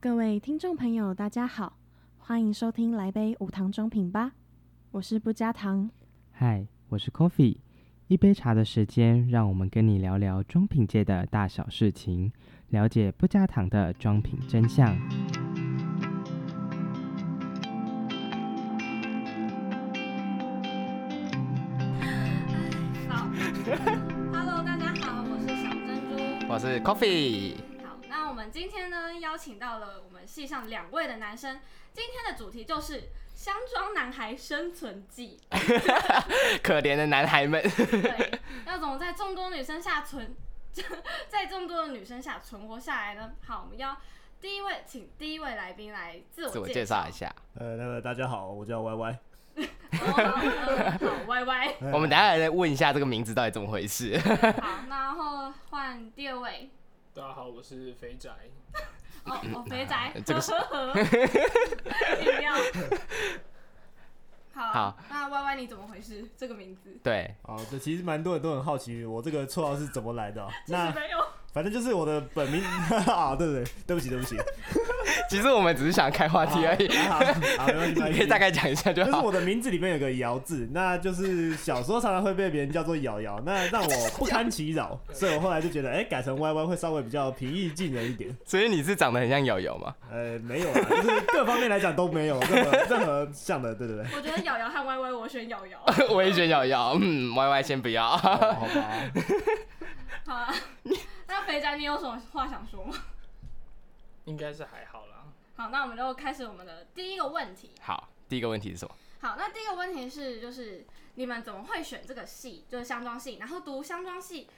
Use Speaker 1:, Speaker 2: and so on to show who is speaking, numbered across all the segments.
Speaker 1: 各位听众朋友，大家好，欢迎收听《来杯无糖中品吧》，我是不加糖。
Speaker 2: 嗨，我是 Coffee，一杯茶的时间，让我们跟你聊聊装品界的大小事情，了解不加糖的装品真相。
Speaker 3: 好 ，Hello，大家好，我是小珍珠。
Speaker 4: 我是 Coffee，
Speaker 3: 好，那我们今天呢邀请到了我们系上两位的男生，今天的主题就是香妆男孩生存记。
Speaker 4: 可怜的男孩们，
Speaker 3: 对，要怎么在众多女生下存， 在众多的女生下存活下来呢？好，我们要第一位，请第一位来宾来自
Speaker 4: 自
Speaker 3: 我
Speaker 4: 我
Speaker 3: 介
Speaker 4: 介
Speaker 3: 绍
Speaker 4: 绍一。下。
Speaker 5: 呃，那个大家好，我叫 Y Y。
Speaker 3: 哦好，Y Y，
Speaker 5: 哎
Speaker 4: 我们等一下来问一下这个名字到底怎么回事。
Speaker 3: 好，然后换第二位。
Speaker 6: 大啊家好，我是肥宅。
Speaker 3: 哦哦，肥宅，
Speaker 4: 嗯 这个是
Speaker 3: 饮料。好，
Speaker 4: 好
Speaker 3: 那 Y Y 你怎么回事？这个名字
Speaker 4: 对，
Speaker 5: 好的，哦其实蛮多人都很好奇我这个绰号是怎么来 的哦、
Speaker 3: 其实
Speaker 5: 那
Speaker 3: 没有，
Speaker 5: 反正就是我的本名 啊，对对对，对不起 对不起，
Speaker 4: 其实我们只是想开话啊题而已，
Speaker 5: 好，好，没关系，没
Speaker 4: 你
Speaker 5: 关
Speaker 4: 可以
Speaker 5: 系。
Speaker 4: 大概讲一下就
Speaker 5: 啊就是
Speaker 4: 好。
Speaker 5: 我的名字里面有个“瑶”字，那就是小时候常常会被别人叫做瑶瑶，那让我不堪 其扰，所以我后来就觉得，哎、改成 Y Y 会稍微比较平易近人一点。
Speaker 4: 所以你是长得很像友友嘛？
Speaker 5: 呃，没有啊，就是各方面来讲都没有任何任何像的，对对 对。
Speaker 3: 我觉得瑶瑶和 Y Y，我选瑶瑶。
Speaker 4: 我也选友友，嗯，Y Y 先不要。
Speaker 5: 哦好吧，
Speaker 3: 好啊，那肥宅你有什么话想说吗？
Speaker 6: 应该是还好啦。
Speaker 3: 好，那我们就开始我们的第一个问题。
Speaker 4: 好，第一个问题是什么？
Speaker 3: 好，那第一个问题是，就是你们怎么会选这个系，就是香妆系？然后读香妆系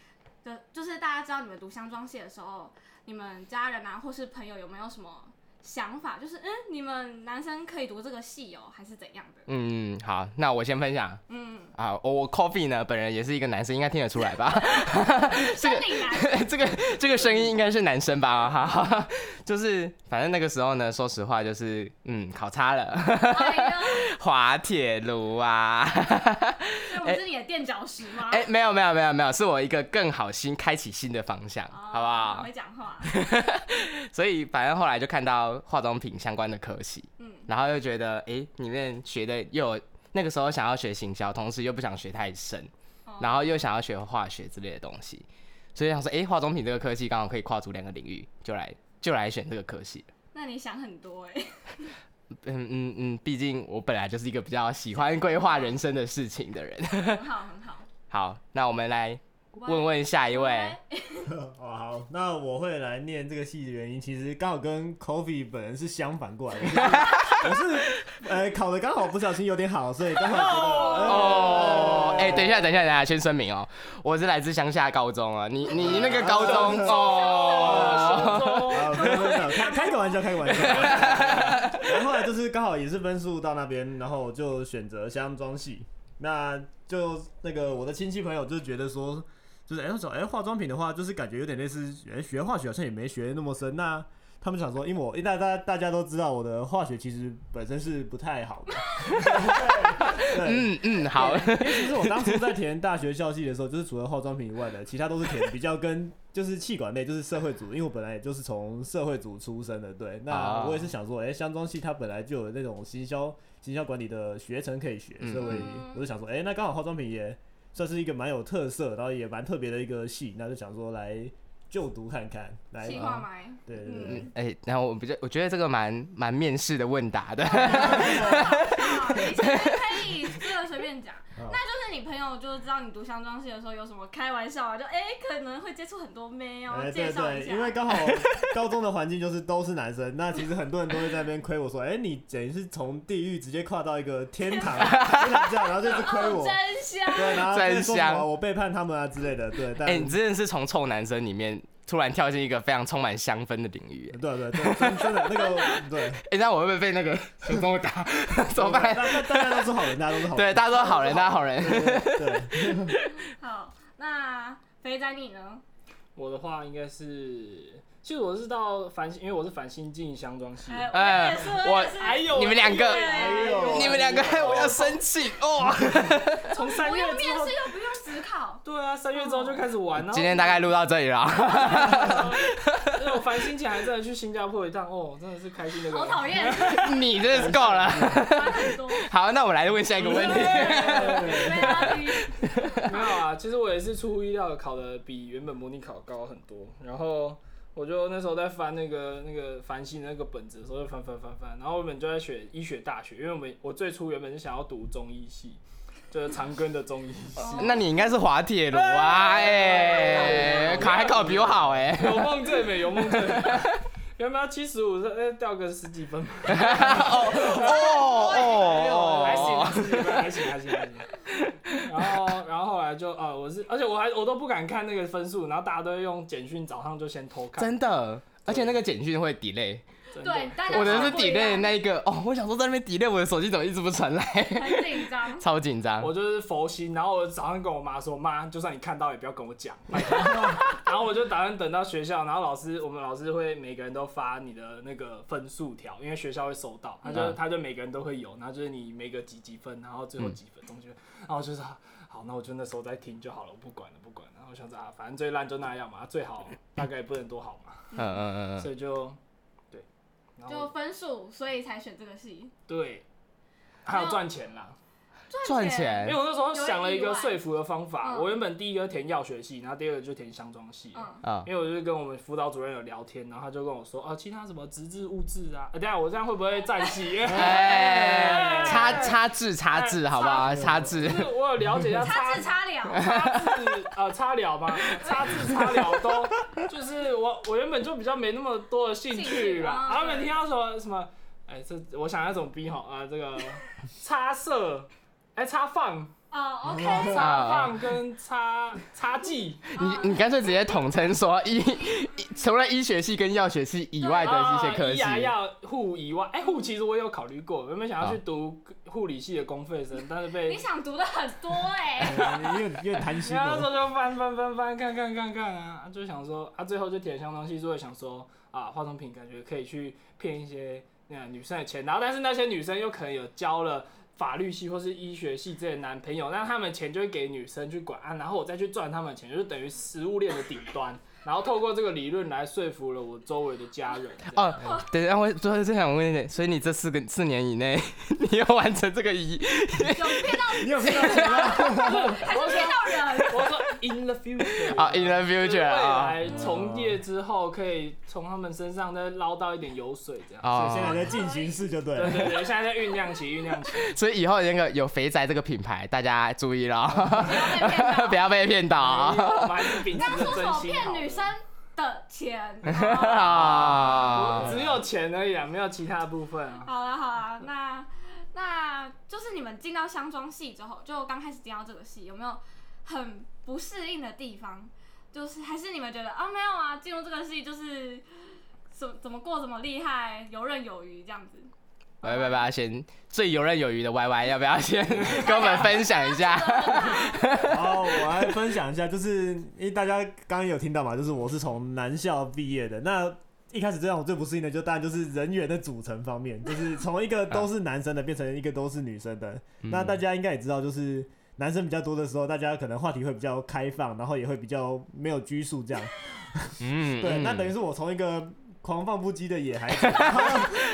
Speaker 3: 的，就是大家知道你们读香妆系的时候，你们家人啊或是朋友有没有什么想法？就是嗯，你们男生可以读这个系哦，还是怎样的？
Speaker 4: 嗯，好，那我先分享
Speaker 3: 嗯，
Speaker 4: 啊，我我 Coffee 呢，本人也是一个男生，应该听得出来吧？这
Speaker 3: 生
Speaker 4: 个
Speaker 3: 理男，
Speaker 4: 这个这个声音应该是男生吧？哈哈，就是反正那个时候呢，说实话就是嗯，考差了。
Speaker 3: 哎呦，
Speaker 4: 滑铁卢啊！
Speaker 3: 所以我是你的垫脚石吗？
Speaker 4: 哎、没有没有没有没有，是我一个更好新开启新的方向，
Speaker 3: 哦
Speaker 4: 好不
Speaker 3: 很
Speaker 4: 好
Speaker 3: 会？讲话，
Speaker 4: 所以反正后来就看到化妆品相关的科系，
Speaker 3: 嗯，
Speaker 4: 然后又觉得哎、里面学的又有那个时候想要学行销，同时又不想学太深，
Speaker 3: 哦
Speaker 4: 然后又想要学化学之类的东西，所以想说哎、化妆品这个科系刚好可以跨足两个领域，就来就来选这个科系了。
Speaker 3: 那你想很多哎、
Speaker 4: 嗯嗯嗯，毕竟我本来就是一个比较喜欢规划人生的事情的人。
Speaker 3: 很好很好。
Speaker 4: 好，那我们来问问下一位。
Speaker 5: 哦好，那我会来念这个戏的原因，其实刚好跟 Coffee 本人是 相反过来的，我是呃考的刚好不小心有点好，所以刚好觉得呃
Speaker 4: 哦，哎、等一下，等一下，等一下，先声明哦，我是来自乡下高中啊，你你那个高 中哦，
Speaker 5: 啊，没有没有没有开开个玩笑，开个玩笑。然后后来就是刚好也是分数到那边，然后我就选择香妆系。那就那个我的亲戚朋友就觉得说，就是哎，我说哎化妆品的话，就是感觉有点类似，哎学化学好像也没学那么深。那他们想说，因为我因为大家大家都知道我的化学其实本身是不太好的。对。
Speaker 4: 嗯嗯，好，
Speaker 5: 因为其实我当初在填大学校系的时候，就是除了化妆品以外的，其他都是填比较跟就是气管类，就是社会组，因为我本来也就是从社会组出身的，对。那
Speaker 4: 啊
Speaker 5: 我也是想说，哎、香妆系它本来就有那种行销行销管理的学程可以学，
Speaker 4: 嗯
Speaker 5: 所以我也
Speaker 3: 嗯
Speaker 5: 我就想说，哎、那刚好化妆品也算是一个蛮有特色，然后也蛮特别的一个系，那就想说来就读看看，来
Speaker 3: 气化埋，
Speaker 5: 对对对。
Speaker 3: 嗯
Speaker 4: 嗯，哎、然后我比较，我觉得这个蛮蛮面试的问答的，
Speaker 3: 好你其实可以这个随便讲。
Speaker 5: 好
Speaker 3: 那就是你朋友就知道你读香妆系的时候有什么开玩笑啊，就哎、可能会接触很多妹哦、
Speaker 5: 哎，
Speaker 3: 介
Speaker 5: 对
Speaker 3: 绍一
Speaker 5: 对，
Speaker 3: 下。
Speaker 5: 因为刚好高中的环境就是都是男生，那其实很多人都会在那边亏我说，哎、你等于是从地狱直接跨到一个 天堂，天堂这样，然后就一直亏
Speaker 3: 哦
Speaker 5: 我，
Speaker 3: 真香，
Speaker 5: 对，然后
Speaker 4: 真
Speaker 5: 就说什么
Speaker 4: 香
Speaker 5: 我背叛他们啊之类的，对，但、
Speaker 4: 哎、你真的是从臭男生里面突然跳进一个非常充满香氛的领域，
Speaker 5: 对对对，真真的那个对，
Speaker 4: 哎、那我会不会被那个 小中打？ 怎么办？
Speaker 5: 大大大家都是好人，大家都是好
Speaker 4: 对，
Speaker 5: 人，
Speaker 4: 大家都好人，大家好人，
Speaker 5: 对对，
Speaker 3: 好，那肥仔你呢？
Speaker 6: 我的话应该是，其实我是到繁星，因为我是繁星进香妆系。
Speaker 3: 哎、
Speaker 4: 哎
Speaker 3: 我也是，我也是，
Speaker 6: 哎呦，
Speaker 4: 你们两个
Speaker 6: 哎 呦
Speaker 4: 你们两个，我要生气哦！
Speaker 6: 从三
Speaker 3: 不
Speaker 6: 月
Speaker 3: 用
Speaker 6: 之
Speaker 3: 面
Speaker 6: 后
Speaker 3: 试，又不用职考，
Speaker 4: 哦
Speaker 6: 对啊，三月之后就开始玩了。
Speaker 4: 今天大概录到这里了，
Speaker 6: 然后，且我繁星姐还真的去新加坡一趟，哦，真的是开心的。
Speaker 3: 好讨厌，
Speaker 4: 你真的是够了。
Speaker 3: 管很多，
Speaker 4: 好，那我来问下一个问 题。
Speaker 3: 没有要听
Speaker 6: 没有啊，其实我也是出乎意料的考的比原本模拟考高很多。然后我就那时候在翻那个那个繁星的那个本子的时候，就翻翻翻翻，然后我们就在选医学大学，因为我们我最初原本是想要读中医系，就是长庚的中医系。
Speaker 4: 那你应该是滑铁卢啊，哎，考还考比我好哎。
Speaker 6: 有梦最美，有梦最美。原本要七十五，哎，掉个十几分吧。
Speaker 4: 哦
Speaker 6: 没有还行，
Speaker 4: 哦
Speaker 6: 还行，还行，还行，还行。然后，然后后来就啊、我是，而且我还我都不敢看那个分数，然后大家都会用简讯早上就先偷看。
Speaker 4: 真的。而且那个简讯会 delay，
Speaker 6: 真的
Speaker 3: 对，大家
Speaker 4: 我的是
Speaker 3: 都不一
Speaker 4: delay 的
Speaker 3: 样
Speaker 4: 那一个哦，我想说在那边 delay，我的手机怎么一直不传来，
Speaker 3: 很紧张，
Speaker 4: 超紧张。
Speaker 6: 我就是佛心，然后我早上跟我妈说，妈，就算你看到也不要跟我讲。拜托然后我就打算等到学校，然后老师，我们老师会每个人都发你的那个分数条，因为学校会收到，他就、
Speaker 4: 嗯
Speaker 6: 他就每个人都会有，然后就是你每个几几分，然后最后几分中间，然后我就说好，那我就那时候再听就好了，我不管了，不管了。然后我想着啊，反正最烂就那样嘛，最好大概也不能多好嘛，
Speaker 4: 嗯嗯嗯嗯，
Speaker 6: 所以就对，然
Speaker 3: 就
Speaker 6: 后
Speaker 3: 分数，所以才选这个系，
Speaker 6: 对，还有赚钱啦。
Speaker 4: 赚
Speaker 6: 因为
Speaker 4: 钱
Speaker 6: 我那时候想了一
Speaker 3: 有
Speaker 6: 个
Speaker 3: 意外
Speaker 6: 说服的方法，
Speaker 3: 嗯
Speaker 6: 我原本第一个填药学系，然后第二个就填香妆系。
Speaker 3: 嗯，
Speaker 4: 啊，
Speaker 6: 因为我就是跟我们辅导主任有聊天，然后他就跟我说，啊，其他什么植质物质啊，呃等一下我这样会不会占 系？
Speaker 3: 哎
Speaker 4: 哎，差差字差字好不好？差字
Speaker 6: 就，是我有了解 一下
Speaker 3: 差
Speaker 6: 差
Speaker 3: 至差 两，
Speaker 6: 差字呃差了嘛，差字差了都就是我我原本就比较没那么多的兴
Speaker 3: 兴趣
Speaker 6: 趣啦，
Speaker 3: 啊
Speaker 6: 然后每天要说什么，哎，这我想要怎么逼好啊，这个差色，哎，差 放，
Speaker 3: 哦，OK，
Speaker 6: 差放跟差差剂。
Speaker 4: 你你干脆直接统称说 医，医除了医学系跟药学系以外的一些
Speaker 5: 哦
Speaker 4: 科系
Speaker 6: 啊医牙药护以外，哎、护其实我也有考虑过，原本想要
Speaker 4: 啊
Speaker 6: 去读护理系的公费生，但是
Speaker 3: 你
Speaker 6: 被
Speaker 3: 想读的很 多哎，
Speaker 5: 有点有点贪心
Speaker 6: 然后那时
Speaker 5: 了。
Speaker 6: 候就翻翻翻翻看看看看啊，就想说啊，最后就填相当系，就会想说啊，化妆品感觉可以去骗一些那个女生的钱，然后但是那些女生又可能有交了。法律系或是医学系这些男朋友，那他们钱就会给女生去管啊，然后我再去赚他们的钱，就是等于食物链的顶端，然后透过这个理论来说服了我周围的家 人。这样
Speaker 4: 哦，等一下，我最后就想问一点，所以你这四个四年以内， 你要完成这个一，
Speaker 3: 有骗到
Speaker 5: 你有没有钱吗？
Speaker 3: 还是骗到人？
Speaker 6: 哎我说 in the future
Speaker 4: 啊，in the
Speaker 6: 就是
Speaker 4: future 啊，
Speaker 6: 未来从业之后可以从他们身上再捞到一点油水，这样。
Speaker 5: 所以现在
Speaker 4: 哦，
Speaker 5: 在进行式就对
Speaker 6: 对
Speaker 5: 了。
Speaker 6: 对对，现在在酝酿期，酝酿期。
Speaker 4: 所以以后那个有肥宅这个品牌，大家注意
Speaker 5: 哦
Speaker 4: 了，
Speaker 3: 不要被骗 到
Speaker 4: 不。要被骗到啊！
Speaker 6: 我们还是秉持
Speaker 3: 刚
Speaker 6: 着
Speaker 3: 说什
Speaker 6: 真
Speaker 3: 么
Speaker 6: 心好
Speaker 3: 骗
Speaker 6: 的
Speaker 3: 女生的钱？哦
Speaker 4: 啊，
Speaker 6: 只有钱而已啊，没有其他的部分啊。
Speaker 3: 好了好了，那那就是你们进到香妆系之后，就刚开始进到这个系，有没有很不适应的地方？就是还是你们觉得啊没有啊，进入这个系就是怎怎么过怎么厉害，游刃有余这样 子。
Speaker 4: 拜拜拜，先最游刃有余的 Y Y，要不要先 跟我们分享一下？
Speaker 5: 好，我来分享一下，就是因为大家刚刚有听到嘛，就是我是从南校毕业的。那一开始最让我最不适应的，就当然就是人员的组成方面，就是从一个都是男生的变成一个都是女生的。
Speaker 4: 嗯
Speaker 5: 那大家应该也知道，就是男生比较多的时候，大家可能话题会比较开放，然后也会比较没有拘束这样。
Speaker 4: 嗯
Speaker 5: 对，那等于
Speaker 4: 于
Speaker 5: 是我从一个狂放不羁的野孩子，然后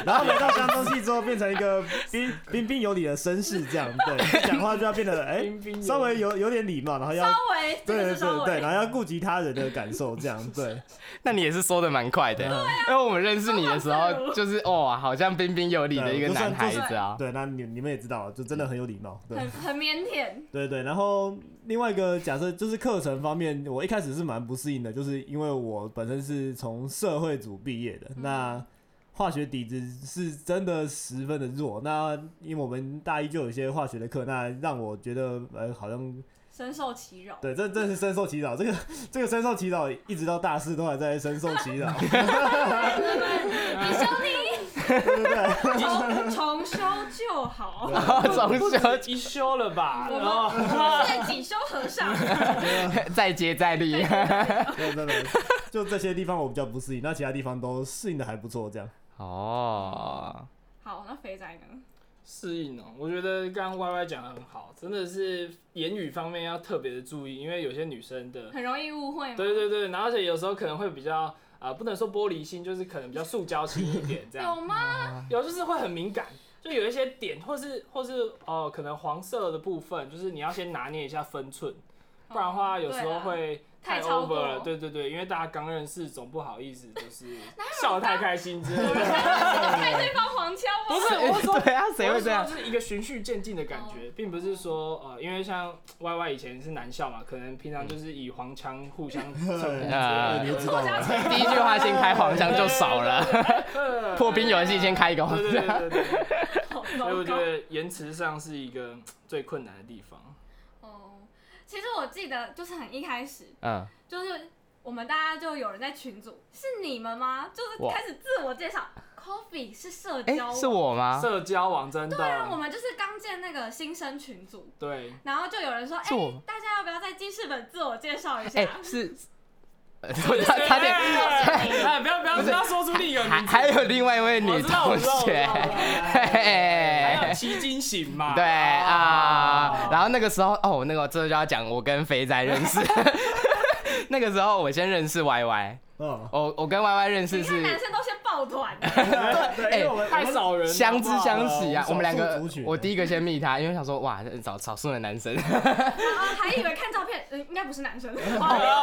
Speaker 5: 然后来到香中戏之后，变成一个彬彬彬有礼的绅士这样。对，讲话就要变得哎、
Speaker 6: 彬彬有礼
Speaker 5: 稍微有有点礼貌，然后要
Speaker 3: 稍微，这
Speaker 5: 对
Speaker 3: 个
Speaker 5: 对
Speaker 3: 是稍
Speaker 5: 对
Speaker 3: 微，
Speaker 5: 对，然后要顾及他人的感受，这样对。嗯
Speaker 4: 那你也是说的蛮快的，因为我们认识你的时候，就是哦，好像彬彬有礼的一个男孩子啊，
Speaker 5: 对，那你你们也知道，啊就真的很有礼貌，对
Speaker 3: 很很腼腆，
Speaker 5: 对对。然后另外一个假设就是课程方面，我一开始是蛮不适应的，就是因为我本身是从社会组毕业的，
Speaker 3: 嗯
Speaker 5: 那化学底子是真的十分的弱。那因为我们大一就有一些化学的课，那让我觉得呃好像
Speaker 3: 深受其扰。
Speaker 5: 对，这真是深受其扰。这个这个深受其扰，一直到大四都还在深受其扰。
Speaker 3: 你兄弟，重重修就好，
Speaker 4: 从小
Speaker 6: 一修了吧，然后
Speaker 3: 对己修和尚。
Speaker 4: 再接再厉。
Speaker 5: 对对对，就这些地方我比较不适应，那其他地方都适应的还不错，这样。
Speaker 4: 哦，
Speaker 3: 好，那肥仔呢？
Speaker 6: 适应哦、我觉得刚刚 Y Y 讲的很好，真的是言语方面要特别的注意，因为有些女生的
Speaker 3: 很容易误会吗？
Speaker 6: 对对对，然后而且有时候可能会比较呃，不能说玻璃心，就是可能比较塑胶心一点这样。
Speaker 3: 有吗？
Speaker 6: 有就是会很敏感，就有一些点，或是或是哦、呃可能黄色的部分，就是你要先拿捏一下分寸，不然的话有时
Speaker 3: 哦对
Speaker 6: 候
Speaker 3: 啊
Speaker 6: 会太
Speaker 3: 太超
Speaker 6: over
Speaker 3: 过哦
Speaker 6: 了。对对对，因为大家刚认识，总不好意思就是
Speaker 3: 啊
Speaker 6: 笑得太开心之类
Speaker 3: 有人
Speaker 6: 的。
Speaker 3: 开对方黄腔吗？
Speaker 6: 不是，我是说
Speaker 4: 对啊， 谁
Speaker 6: 我
Speaker 4: 会
Speaker 6: 是
Speaker 4: 这样
Speaker 6: 说？就是一个循序渐进的感觉，
Speaker 3: 哦
Speaker 6: 并不是说呃，因为像 Y Y 以前是男校嘛，可能平
Speaker 4: 嗯
Speaker 6: 常就是以黄腔 互相称呼之类
Speaker 4: 啊
Speaker 6: 的，
Speaker 5: 你就知道
Speaker 3: 我想
Speaker 5: 了。
Speaker 3: 起
Speaker 4: 第一句话先开黄腔就少了，
Speaker 6: 呃
Speaker 4: 破冰游戏先开一个黄
Speaker 6: 对对
Speaker 4: 腔。
Speaker 6: 对对对，
Speaker 3: 好
Speaker 6: 所以我
Speaker 3: 糟
Speaker 6: 觉
Speaker 3: 糕。
Speaker 6: 得言辞上是一个嗯最困难的地方。
Speaker 3: 哦，其实我记得就是很一开始，
Speaker 4: 嗯，
Speaker 3: 就是我们大家就有人在群组，是你们吗？就是
Speaker 4: 哇
Speaker 3: 开始自我介绍，Coffee 是社
Speaker 4: 哎
Speaker 3: 交，网，
Speaker 4: 是我吗？
Speaker 6: 社交网真
Speaker 3: 对啊，我
Speaker 6: 的，
Speaker 3: 们就是刚建那个新生群组，
Speaker 6: 对，
Speaker 3: 然后就有人说，哎、
Speaker 4: 是我吗
Speaker 3: 大家要不要在记事本自我介绍一下？
Speaker 4: 哎，是，呃 差差点，
Speaker 6: 哎，不要不要不要说出另一个
Speaker 4: 还
Speaker 6: 名字，
Speaker 4: 还有另外一位
Speaker 6: 我
Speaker 4: 女
Speaker 6: 知道我
Speaker 4: 同
Speaker 6: 知道我知
Speaker 4: 学
Speaker 6: 道，我知道
Speaker 4: 嘿 嘿
Speaker 6: 还有七金行
Speaker 5: 啊
Speaker 6: 嘛，
Speaker 4: 对
Speaker 6: 哦
Speaker 4: 啊，然后那个时候哦，那个这就要讲我跟肥仔认 识。那个时候我先认识 Y Y，
Speaker 5: 嗯，
Speaker 4: 我我跟 Y Y 认识
Speaker 3: 你看男
Speaker 4: 是
Speaker 3: 生都先抱团，
Speaker 5: 对，因为我们
Speaker 6: 太少人了
Speaker 4: 相知相惜啊
Speaker 5: 哇，
Speaker 4: 我们两
Speaker 5: 哦少
Speaker 4: 个
Speaker 5: 数族群
Speaker 4: 我第一个先密他，因为想说哇，找少数的男 生，
Speaker 3: 然后还以为看照片，嗯，应该不是男 生。
Speaker 6: 哎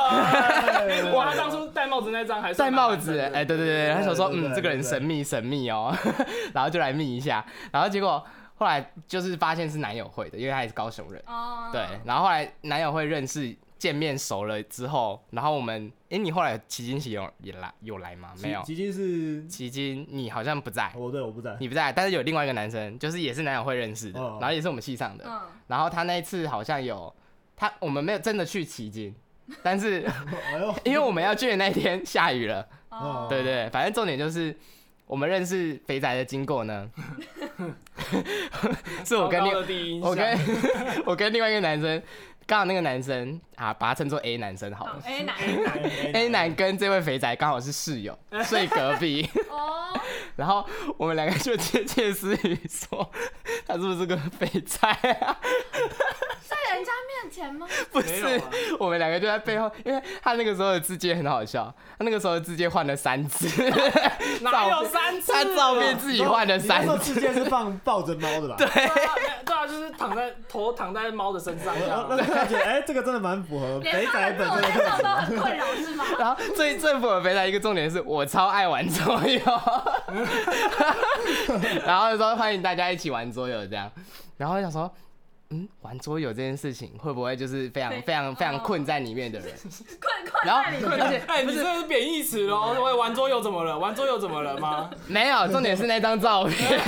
Speaker 5: 对
Speaker 6: 哇，他当初戴帽子那张还是
Speaker 4: 戴帽子，
Speaker 6: 蛮
Speaker 4: 哎，对对对，他想说
Speaker 5: 对对对
Speaker 4: 嗯，这个人
Speaker 5: 对对
Speaker 4: 神秘神秘哦， 然后就来密一下，然后结果后来就是发现是男友会的，因为他也是高雄人，
Speaker 3: 哦，
Speaker 4: 对，然后后来男友会认识。见面熟了之后，然后我们，哎、你后来齐金喜有也来有来吗？没有，
Speaker 5: 吉金是，
Speaker 4: 奇金，你好像不在，
Speaker 3: 嗯
Speaker 5: 我对我不在，
Speaker 4: 你不在，但是有另外一个男生，就是也是男友会认识的，
Speaker 5: 哦
Speaker 4: 然后也是我们系上的。
Speaker 3: 嗯，
Speaker 4: 然后他那一次好像有他，我们没有真的去奇 金，但是
Speaker 5: 哎呦，
Speaker 4: 因为我们要去的那一天下雨了，
Speaker 3: 哦，
Speaker 4: 对对对，反正重点就是。我们认识肥仔的经过 呢， 是我跟
Speaker 6: 糟
Speaker 4: 另
Speaker 6: 糕的第一印象啊
Speaker 4: 我跟我跟 另外一个男生，刚好那个男生啊，把他称作 A 男生好
Speaker 3: 好
Speaker 4: 了、
Speaker 3: 哎，男
Speaker 4: a 男跟这位肥仔刚好是室友，睡隔壁。
Speaker 3: 哦，
Speaker 4: 然后我们两个就窃窃私语说，他是不是个肥仔啊？
Speaker 3: 在人家面 前吗？
Speaker 4: 不
Speaker 6: 没
Speaker 4: 是，
Speaker 6: 有啊
Speaker 4: 我们两个就在背后，因为他那个时候的字界很好笑，他那个时候的字界换了三次，
Speaker 6: 哪有三次？
Speaker 4: 他照片自己换了三
Speaker 5: 你那时候
Speaker 4: 次，
Speaker 5: 世界是放抱着猫的吧？对，
Speaker 6: 对 啊，对啊，就是躺在头躺在猫的身上这
Speaker 5: 然
Speaker 6: 样
Speaker 5: 后。那时候觉得，哎，这个真的蛮符合
Speaker 3: 连
Speaker 5: 肥
Speaker 3: 他
Speaker 5: 仔
Speaker 3: 们自
Speaker 5: 本
Speaker 3: 我
Speaker 5: 身的
Speaker 3: 介绍
Speaker 5: 特质
Speaker 3: 都。很困扰是吗？
Speaker 4: 然后最政府的肥仔一个重点是我超爱玩桌游，然后说欢迎大家一起玩桌游这样，然后我想说。嗯，玩桌游这件事情会不会就是非常
Speaker 3: 对
Speaker 4: 非常非常
Speaker 3: 哦
Speaker 4: 困在里面的人？
Speaker 3: 困困
Speaker 4: 然后
Speaker 3: 在里面。
Speaker 4: 而且
Speaker 6: 哎，你这是贬义词喽！我玩桌游怎么了？玩桌游怎么了吗？
Speaker 4: 没有，重点是那张照片，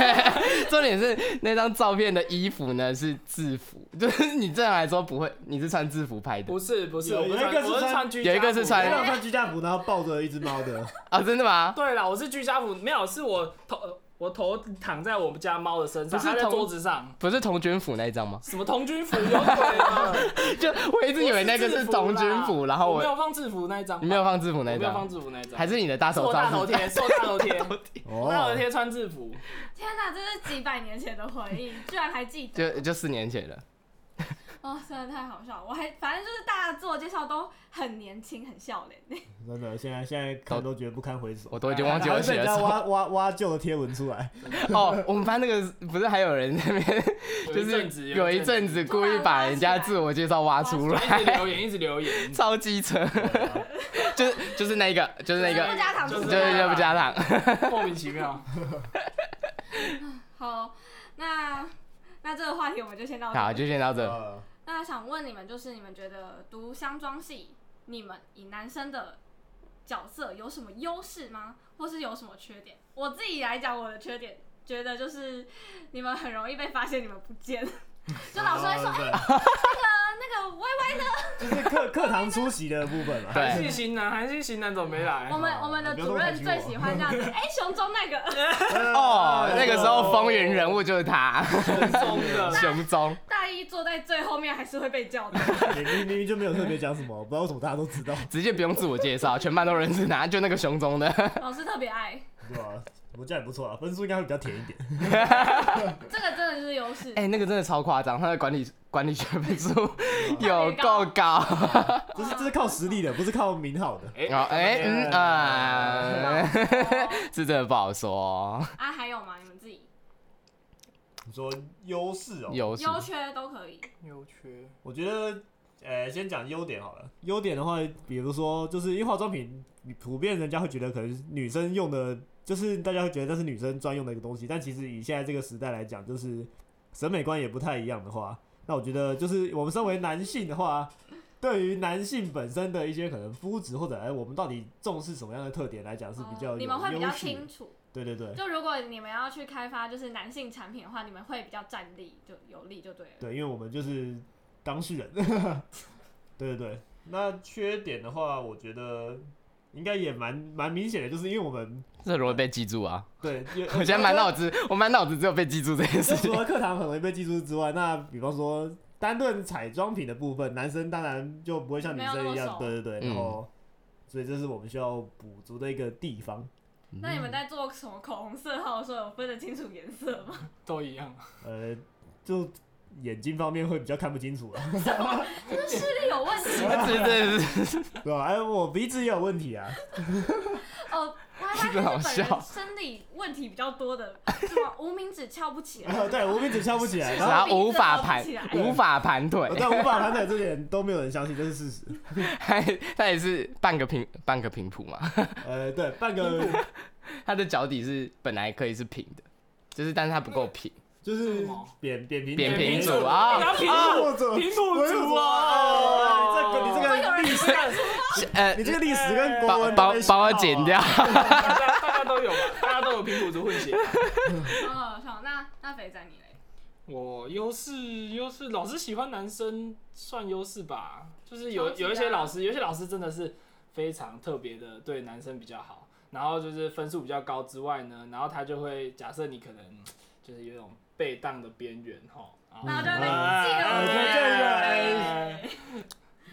Speaker 4: 重点是那张照片的衣服呢是制服，就是你正常来说不会，你是穿制服拍的
Speaker 6: 不是不是，
Speaker 5: 有
Speaker 6: 我不
Speaker 5: 有一个是
Speaker 6: 我是
Speaker 5: 穿
Speaker 6: 穿居家
Speaker 4: 有一个是
Speaker 6: 服
Speaker 4: 穿
Speaker 5: 那种穿居家服，然后抱着一只猫的，
Speaker 4: 啊、真的吗？
Speaker 6: 对啦，我是居家服，没有是我头呃我头躺在我们家猫的身上，
Speaker 4: 不是
Speaker 6: 它在
Speaker 4: 同
Speaker 6: 桌子上。
Speaker 4: 不是童军服那一张吗？
Speaker 6: 什么童军服？有鬼 啊！
Speaker 4: 就我一直以为那个
Speaker 6: 不是
Speaker 4: 是
Speaker 6: 制服啦
Speaker 4: 童军服，然后
Speaker 6: 我没
Speaker 4: 我
Speaker 6: 有放制服那一张吧，
Speaker 4: 你没有放制服那
Speaker 6: 我
Speaker 4: 一
Speaker 6: 没有
Speaker 4: 张，
Speaker 6: 放制服那一张，
Speaker 4: 还是你的大
Speaker 6: 是
Speaker 4: 手
Speaker 6: 我大头
Speaker 4: 照？
Speaker 6: 贴，是我大头 贴，我大头
Speaker 5: 哦，
Speaker 6: 贴穿制服。
Speaker 3: 天哪，这是几百年前的回忆，居然还记得。
Speaker 4: 就就四年前了，
Speaker 3: 哦，真的太好笑了！我还反正就是大家自我介绍都很年轻，很笑脸。
Speaker 5: 真的，现在现在看都觉得不堪回首。
Speaker 4: 我
Speaker 6: 哎
Speaker 4: 都已经忘记
Speaker 5: 然
Speaker 4: 我
Speaker 5: 后被
Speaker 4: 写
Speaker 5: 人
Speaker 4: 了
Speaker 5: 家
Speaker 4: 什么。
Speaker 5: 挖挖挖旧的贴文出来，
Speaker 4: 哦，我们班那个不是还有人在那边，
Speaker 6: 有
Speaker 4: 就
Speaker 6: 一阵子
Speaker 4: 是有一阵子故意把人家自我介绍挖出
Speaker 6: 一直
Speaker 4: 来，，
Speaker 6: 留言，一直留言
Speaker 4: 超机车， 就是就是那一个，就是那
Speaker 3: 不
Speaker 4: 个，
Speaker 3: 加糖，
Speaker 6: 就是
Speaker 4: 就
Speaker 3: 不
Speaker 4: 是
Speaker 3: 加糖
Speaker 4: 就不加糖。
Speaker 6: 莫名其妙。
Speaker 3: 好，那那这个话题我们就先到这。
Speaker 4: 好，就先到这。
Speaker 5: 呃
Speaker 3: 那想问你们，就是你们觉得读香妆系，你们以男生的角色有什么优势吗？或是有什么缺点？我自己来讲我的缺点，觉得就是你们很容易被发现你们不见， 就老师会说、
Speaker 5: 对
Speaker 3: 那个 Y Y 呢？
Speaker 5: 就是课课堂出席的部分嘛。
Speaker 6: 韩
Speaker 4: 对
Speaker 6: 系型男，韩系型男怎么没来
Speaker 3: 我？们我们的
Speaker 5: 啊不要
Speaker 3: 主
Speaker 5: 这么
Speaker 3: 任
Speaker 5: 排挤
Speaker 3: 最
Speaker 5: 我
Speaker 3: 喜欢这样 子，哎、熊中那个
Speaker 5: 哎
Speaker 4: 哦，那个时候风云人物就是 他，
Speaker 6: 中的，
Speaker 4: 熊中。
Speaker 3: 大一坐在最后面还是会被叫的。
Speaker 5: 你明明明就没有特别讲什么，不知道为什么大家都知道，
Speaker 4: 直接不用自我介绍，全班都认识他，就那个熊中的。
Speaker 3: 老师特别爱，
Speaker 5: 对吧？我这样也不错啊，分数应该会比较甜一点。
Speaker 3: 这个真的就是优势。
Speaker 4: 哎、那个真的超夸张，他的管理管理学分数有
Speaker 3: 有
Speaker 4: 够
Speaker 3: 够
Speaker 4: 高。
Speaker 5: 这是这是靠实力的，不是靠名号的。
Speaker 6: 哎
Speaker 4: 哦，哎、嗯啊，
Speaker 3: 哦
Speaker 4: 这真的不好说，哦
Speaker 3: 啊，还有吗？你们自己
Speaker 5: 你说优势哦，
Speaker 4: 优势
Speaker 3: 优缺都可以。
Speaker 6: 优缺
Speaker 5: 我觉得，呃，先讲优点好了。优点的话，比如说，就是因为化妆品，你普遍人家会觉得可能女生用的，就是大家会觉得那是女生专用的一个东西，但其实以现在这个时代来讲，就是审美观也不太一样的话，那我觉得就是我们身为男性的话。对于男性本身的一些可能肤质，或者哎，我们到底重视什么样的特点来讲是比较有
Speaker 3: 哦你们会比较
Speaker 5: 优势
Speaker 3: 清楚。
Speaker 5: 对对对
Speaker 3: 就如果你们要去开发就是男性产品的话，你们会比较站立就有力就对了。
Speaker 5: 对，因为我们就是当事人。 对对对，那缺点的话，我觉得应该也蛮蛮明显的，就是因为我们
Speaker 4: 这容易被记住啊！
Speaker 5: 对，也
Speaker 4: 我现在满脑子，我满脑子只有被记住这件
Speaker 5: 除
Speaker 4: 事情。
Speaker 5: 了课堂很容易被记住之外，那比方说单论彩妆品的部分，男生当然就不会像女
Speaker 3: 没有那
Speaker 5: 生
Speaker 3: 么
Speaker 5: 一样，
Speaker 3: 熟
Speaker 5: 对对对，
Speaker 4: 嗯
Speaker 5: 然后。所以这是我们需要补足的一个地方，
Speaker 3: 那你们在做什么口红色号的时候，有分得清楚颜色 吗？
Speaker 6: 都一样，
Speaker 5: 呃，就眼睛方面会比较看不清楚了，
Speaker 3: 视力有 问题吗
Speaker 4: 这这这
Speaker 5: 对吧？哎，我鼻子也有问题啊，
Speaker 3: 哦，我还
Speaker 4: 这个好
Speaker 3: 发现日本
Speaker 4: 笑
Speaker 3: 人生理问题比较多的，什么无名指翘不起来，
Speaker 5: 对我鼻子翘不 起来，然后
Speaker 4: 然后无法
Speaker 3: 我
Speaker 4: 盘
Speaker 3: 鼻子都不起，来
Speaker 4: 无法盘腿
Speaker 5: 我，在无法盘腿这点都没有人相信，这是事实。
Speaker 4: 还他也是半个平半个平铺嘛，
Speaker 5: 呃，对，半个
Speaker 4: 他的脚底是本来可以是平的，就是但是他不够平，
Speaker 5: 就是扁扁平
Speaker 4: 扁平
Speaker 6: 平
Speaker 4: 足
Speaker 6: 足
Speaker 4: 啊
Speaker 6: 拿平
Speaker 5: 我
Speaker 6: 土
Speaker 5: 走
Speaker 6: 平土
Speaker 5: 我又
Speaker 6: 族
Speaker 5: 走哎
Speaker 6: 啊！
Speaker 5: 这个你这
Speaker 3: 会有
Speaker 5: 个
Speaker 3: 人
Speaker 5: 历
Speaker 3: 不
Speaker 5: 史，
Speaker 3: 敢出
Speaker 4: 呃
Speaker 5: 你，这个历史跟国
Speaker 4: 帮
Speaker 5: 文
Speaker 4: 帮
Speaker 5: 都被
Speaker 4: 帮我
Speaker 5: 笑
Speaker 4: 剪
Speaker 5: 啊
Speaker 4: 掉。
Speaker 6: 大家大家都有吧，大家都有平土族混血。
Speaker 3: 好好笑。那那肥仔你嘞？
Speaker 6: 我优势优势，老师喜欢男生算优势吧，就是
Speaker 3: 超
Speaker 6: 有
Speaker 3: 级啊
Speaker 6: 有一些老师，有一些老师真的是非常特别的对男生比较好，然后就是分数比较高之外呢，然后他就会假设你可能就是有一种被当的边缘吼，
Speaker 3: 然后就会被
Speaker 6: 啊
Speaker 5: 我觉得这个哎
Speaker 6: 哎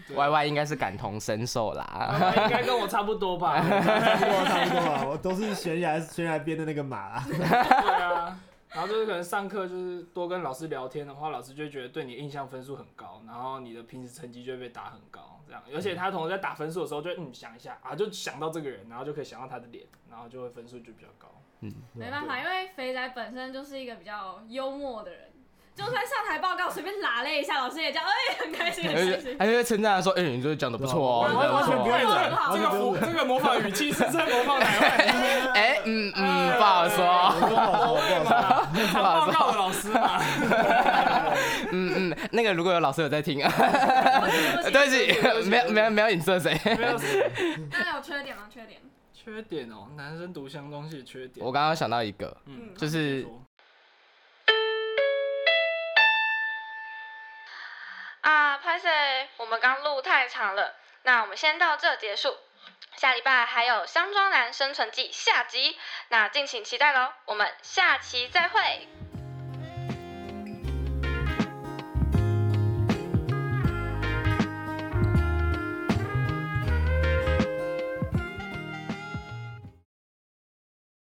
Speaker 6: 对
Speaker 4: Y Y 应该是感同身受啦，
Speaker 6: 应该跟我差不多吧？
Speaker 5: 差不多差不多啊，我都是悬崖悬崖边的那个马啊。
Speaker 6: 对啊，然后就是可能上课就是多跟老师聊天的话，老师就会觉得对你印象分数很高，然后你的平时成绩就会被打很高，这样。而且他同时在打分数的时候就会嗯想一下啊，就想到这个人，然后就可以想到他的脸，然后就会分数就比较高。
Speaker 5: 对
Speaker 3: 没办法，因为肥仔本身就是一个比较幽默的人，就算上台报告随便拉了一下，老师也这样，哎、很开心，很
Speaker 4: 而
Speaker 3: 开
Speaker 4: 且
Speaker 3: 心。
Speaker 4: 而且称赞他说，哎，你这讲的不错哦，你
Speaker 5: 完
Speaker 4: 这样
Speaker 5: 啊完全
Speaker 4: 不
Speaker 5: 不
Speaker 4: 错
Speaker 5: 用
Speaker 4: 哦
Speaker 5: 忍，
Speaker 3: 好
Speaker 5: 完
Speaker 6: 这
Speaker 5: 全不用忍。
Speaker 6: 个模这个模仿语气是在模仿哪 位？
Speaker 4: 哎，嗯
Speaker 5: 呃
Speaker 4: 嗯，不好说，
Speaker 5: 我不好说，我不好说。
Speaker 6: 常报告的老师嘛。
Speaker 4: 嗯嗯，那个如果有老师有在听啊， 对不
Speaker 6: 对
Speaker 4: 起，
Speaker 6: 不起
Speaker 4: 没有没有没有影射谁，
Speaker 6: 没有
Speaker 3: 那有缺点吗？缺点？
Speaker 6: 缺点哦，男生读相关系的缺点
Speaker 4: 我，刚刚想到一个，
Speaker 6: 嗯，
Speaker 4: 就是
Speaker 7: 啊，拍谁？我们刚录太长了，那我们先到这结束。下礼拜还有《香妆男生存记》下集，那敬请期待喽，我们下期再会，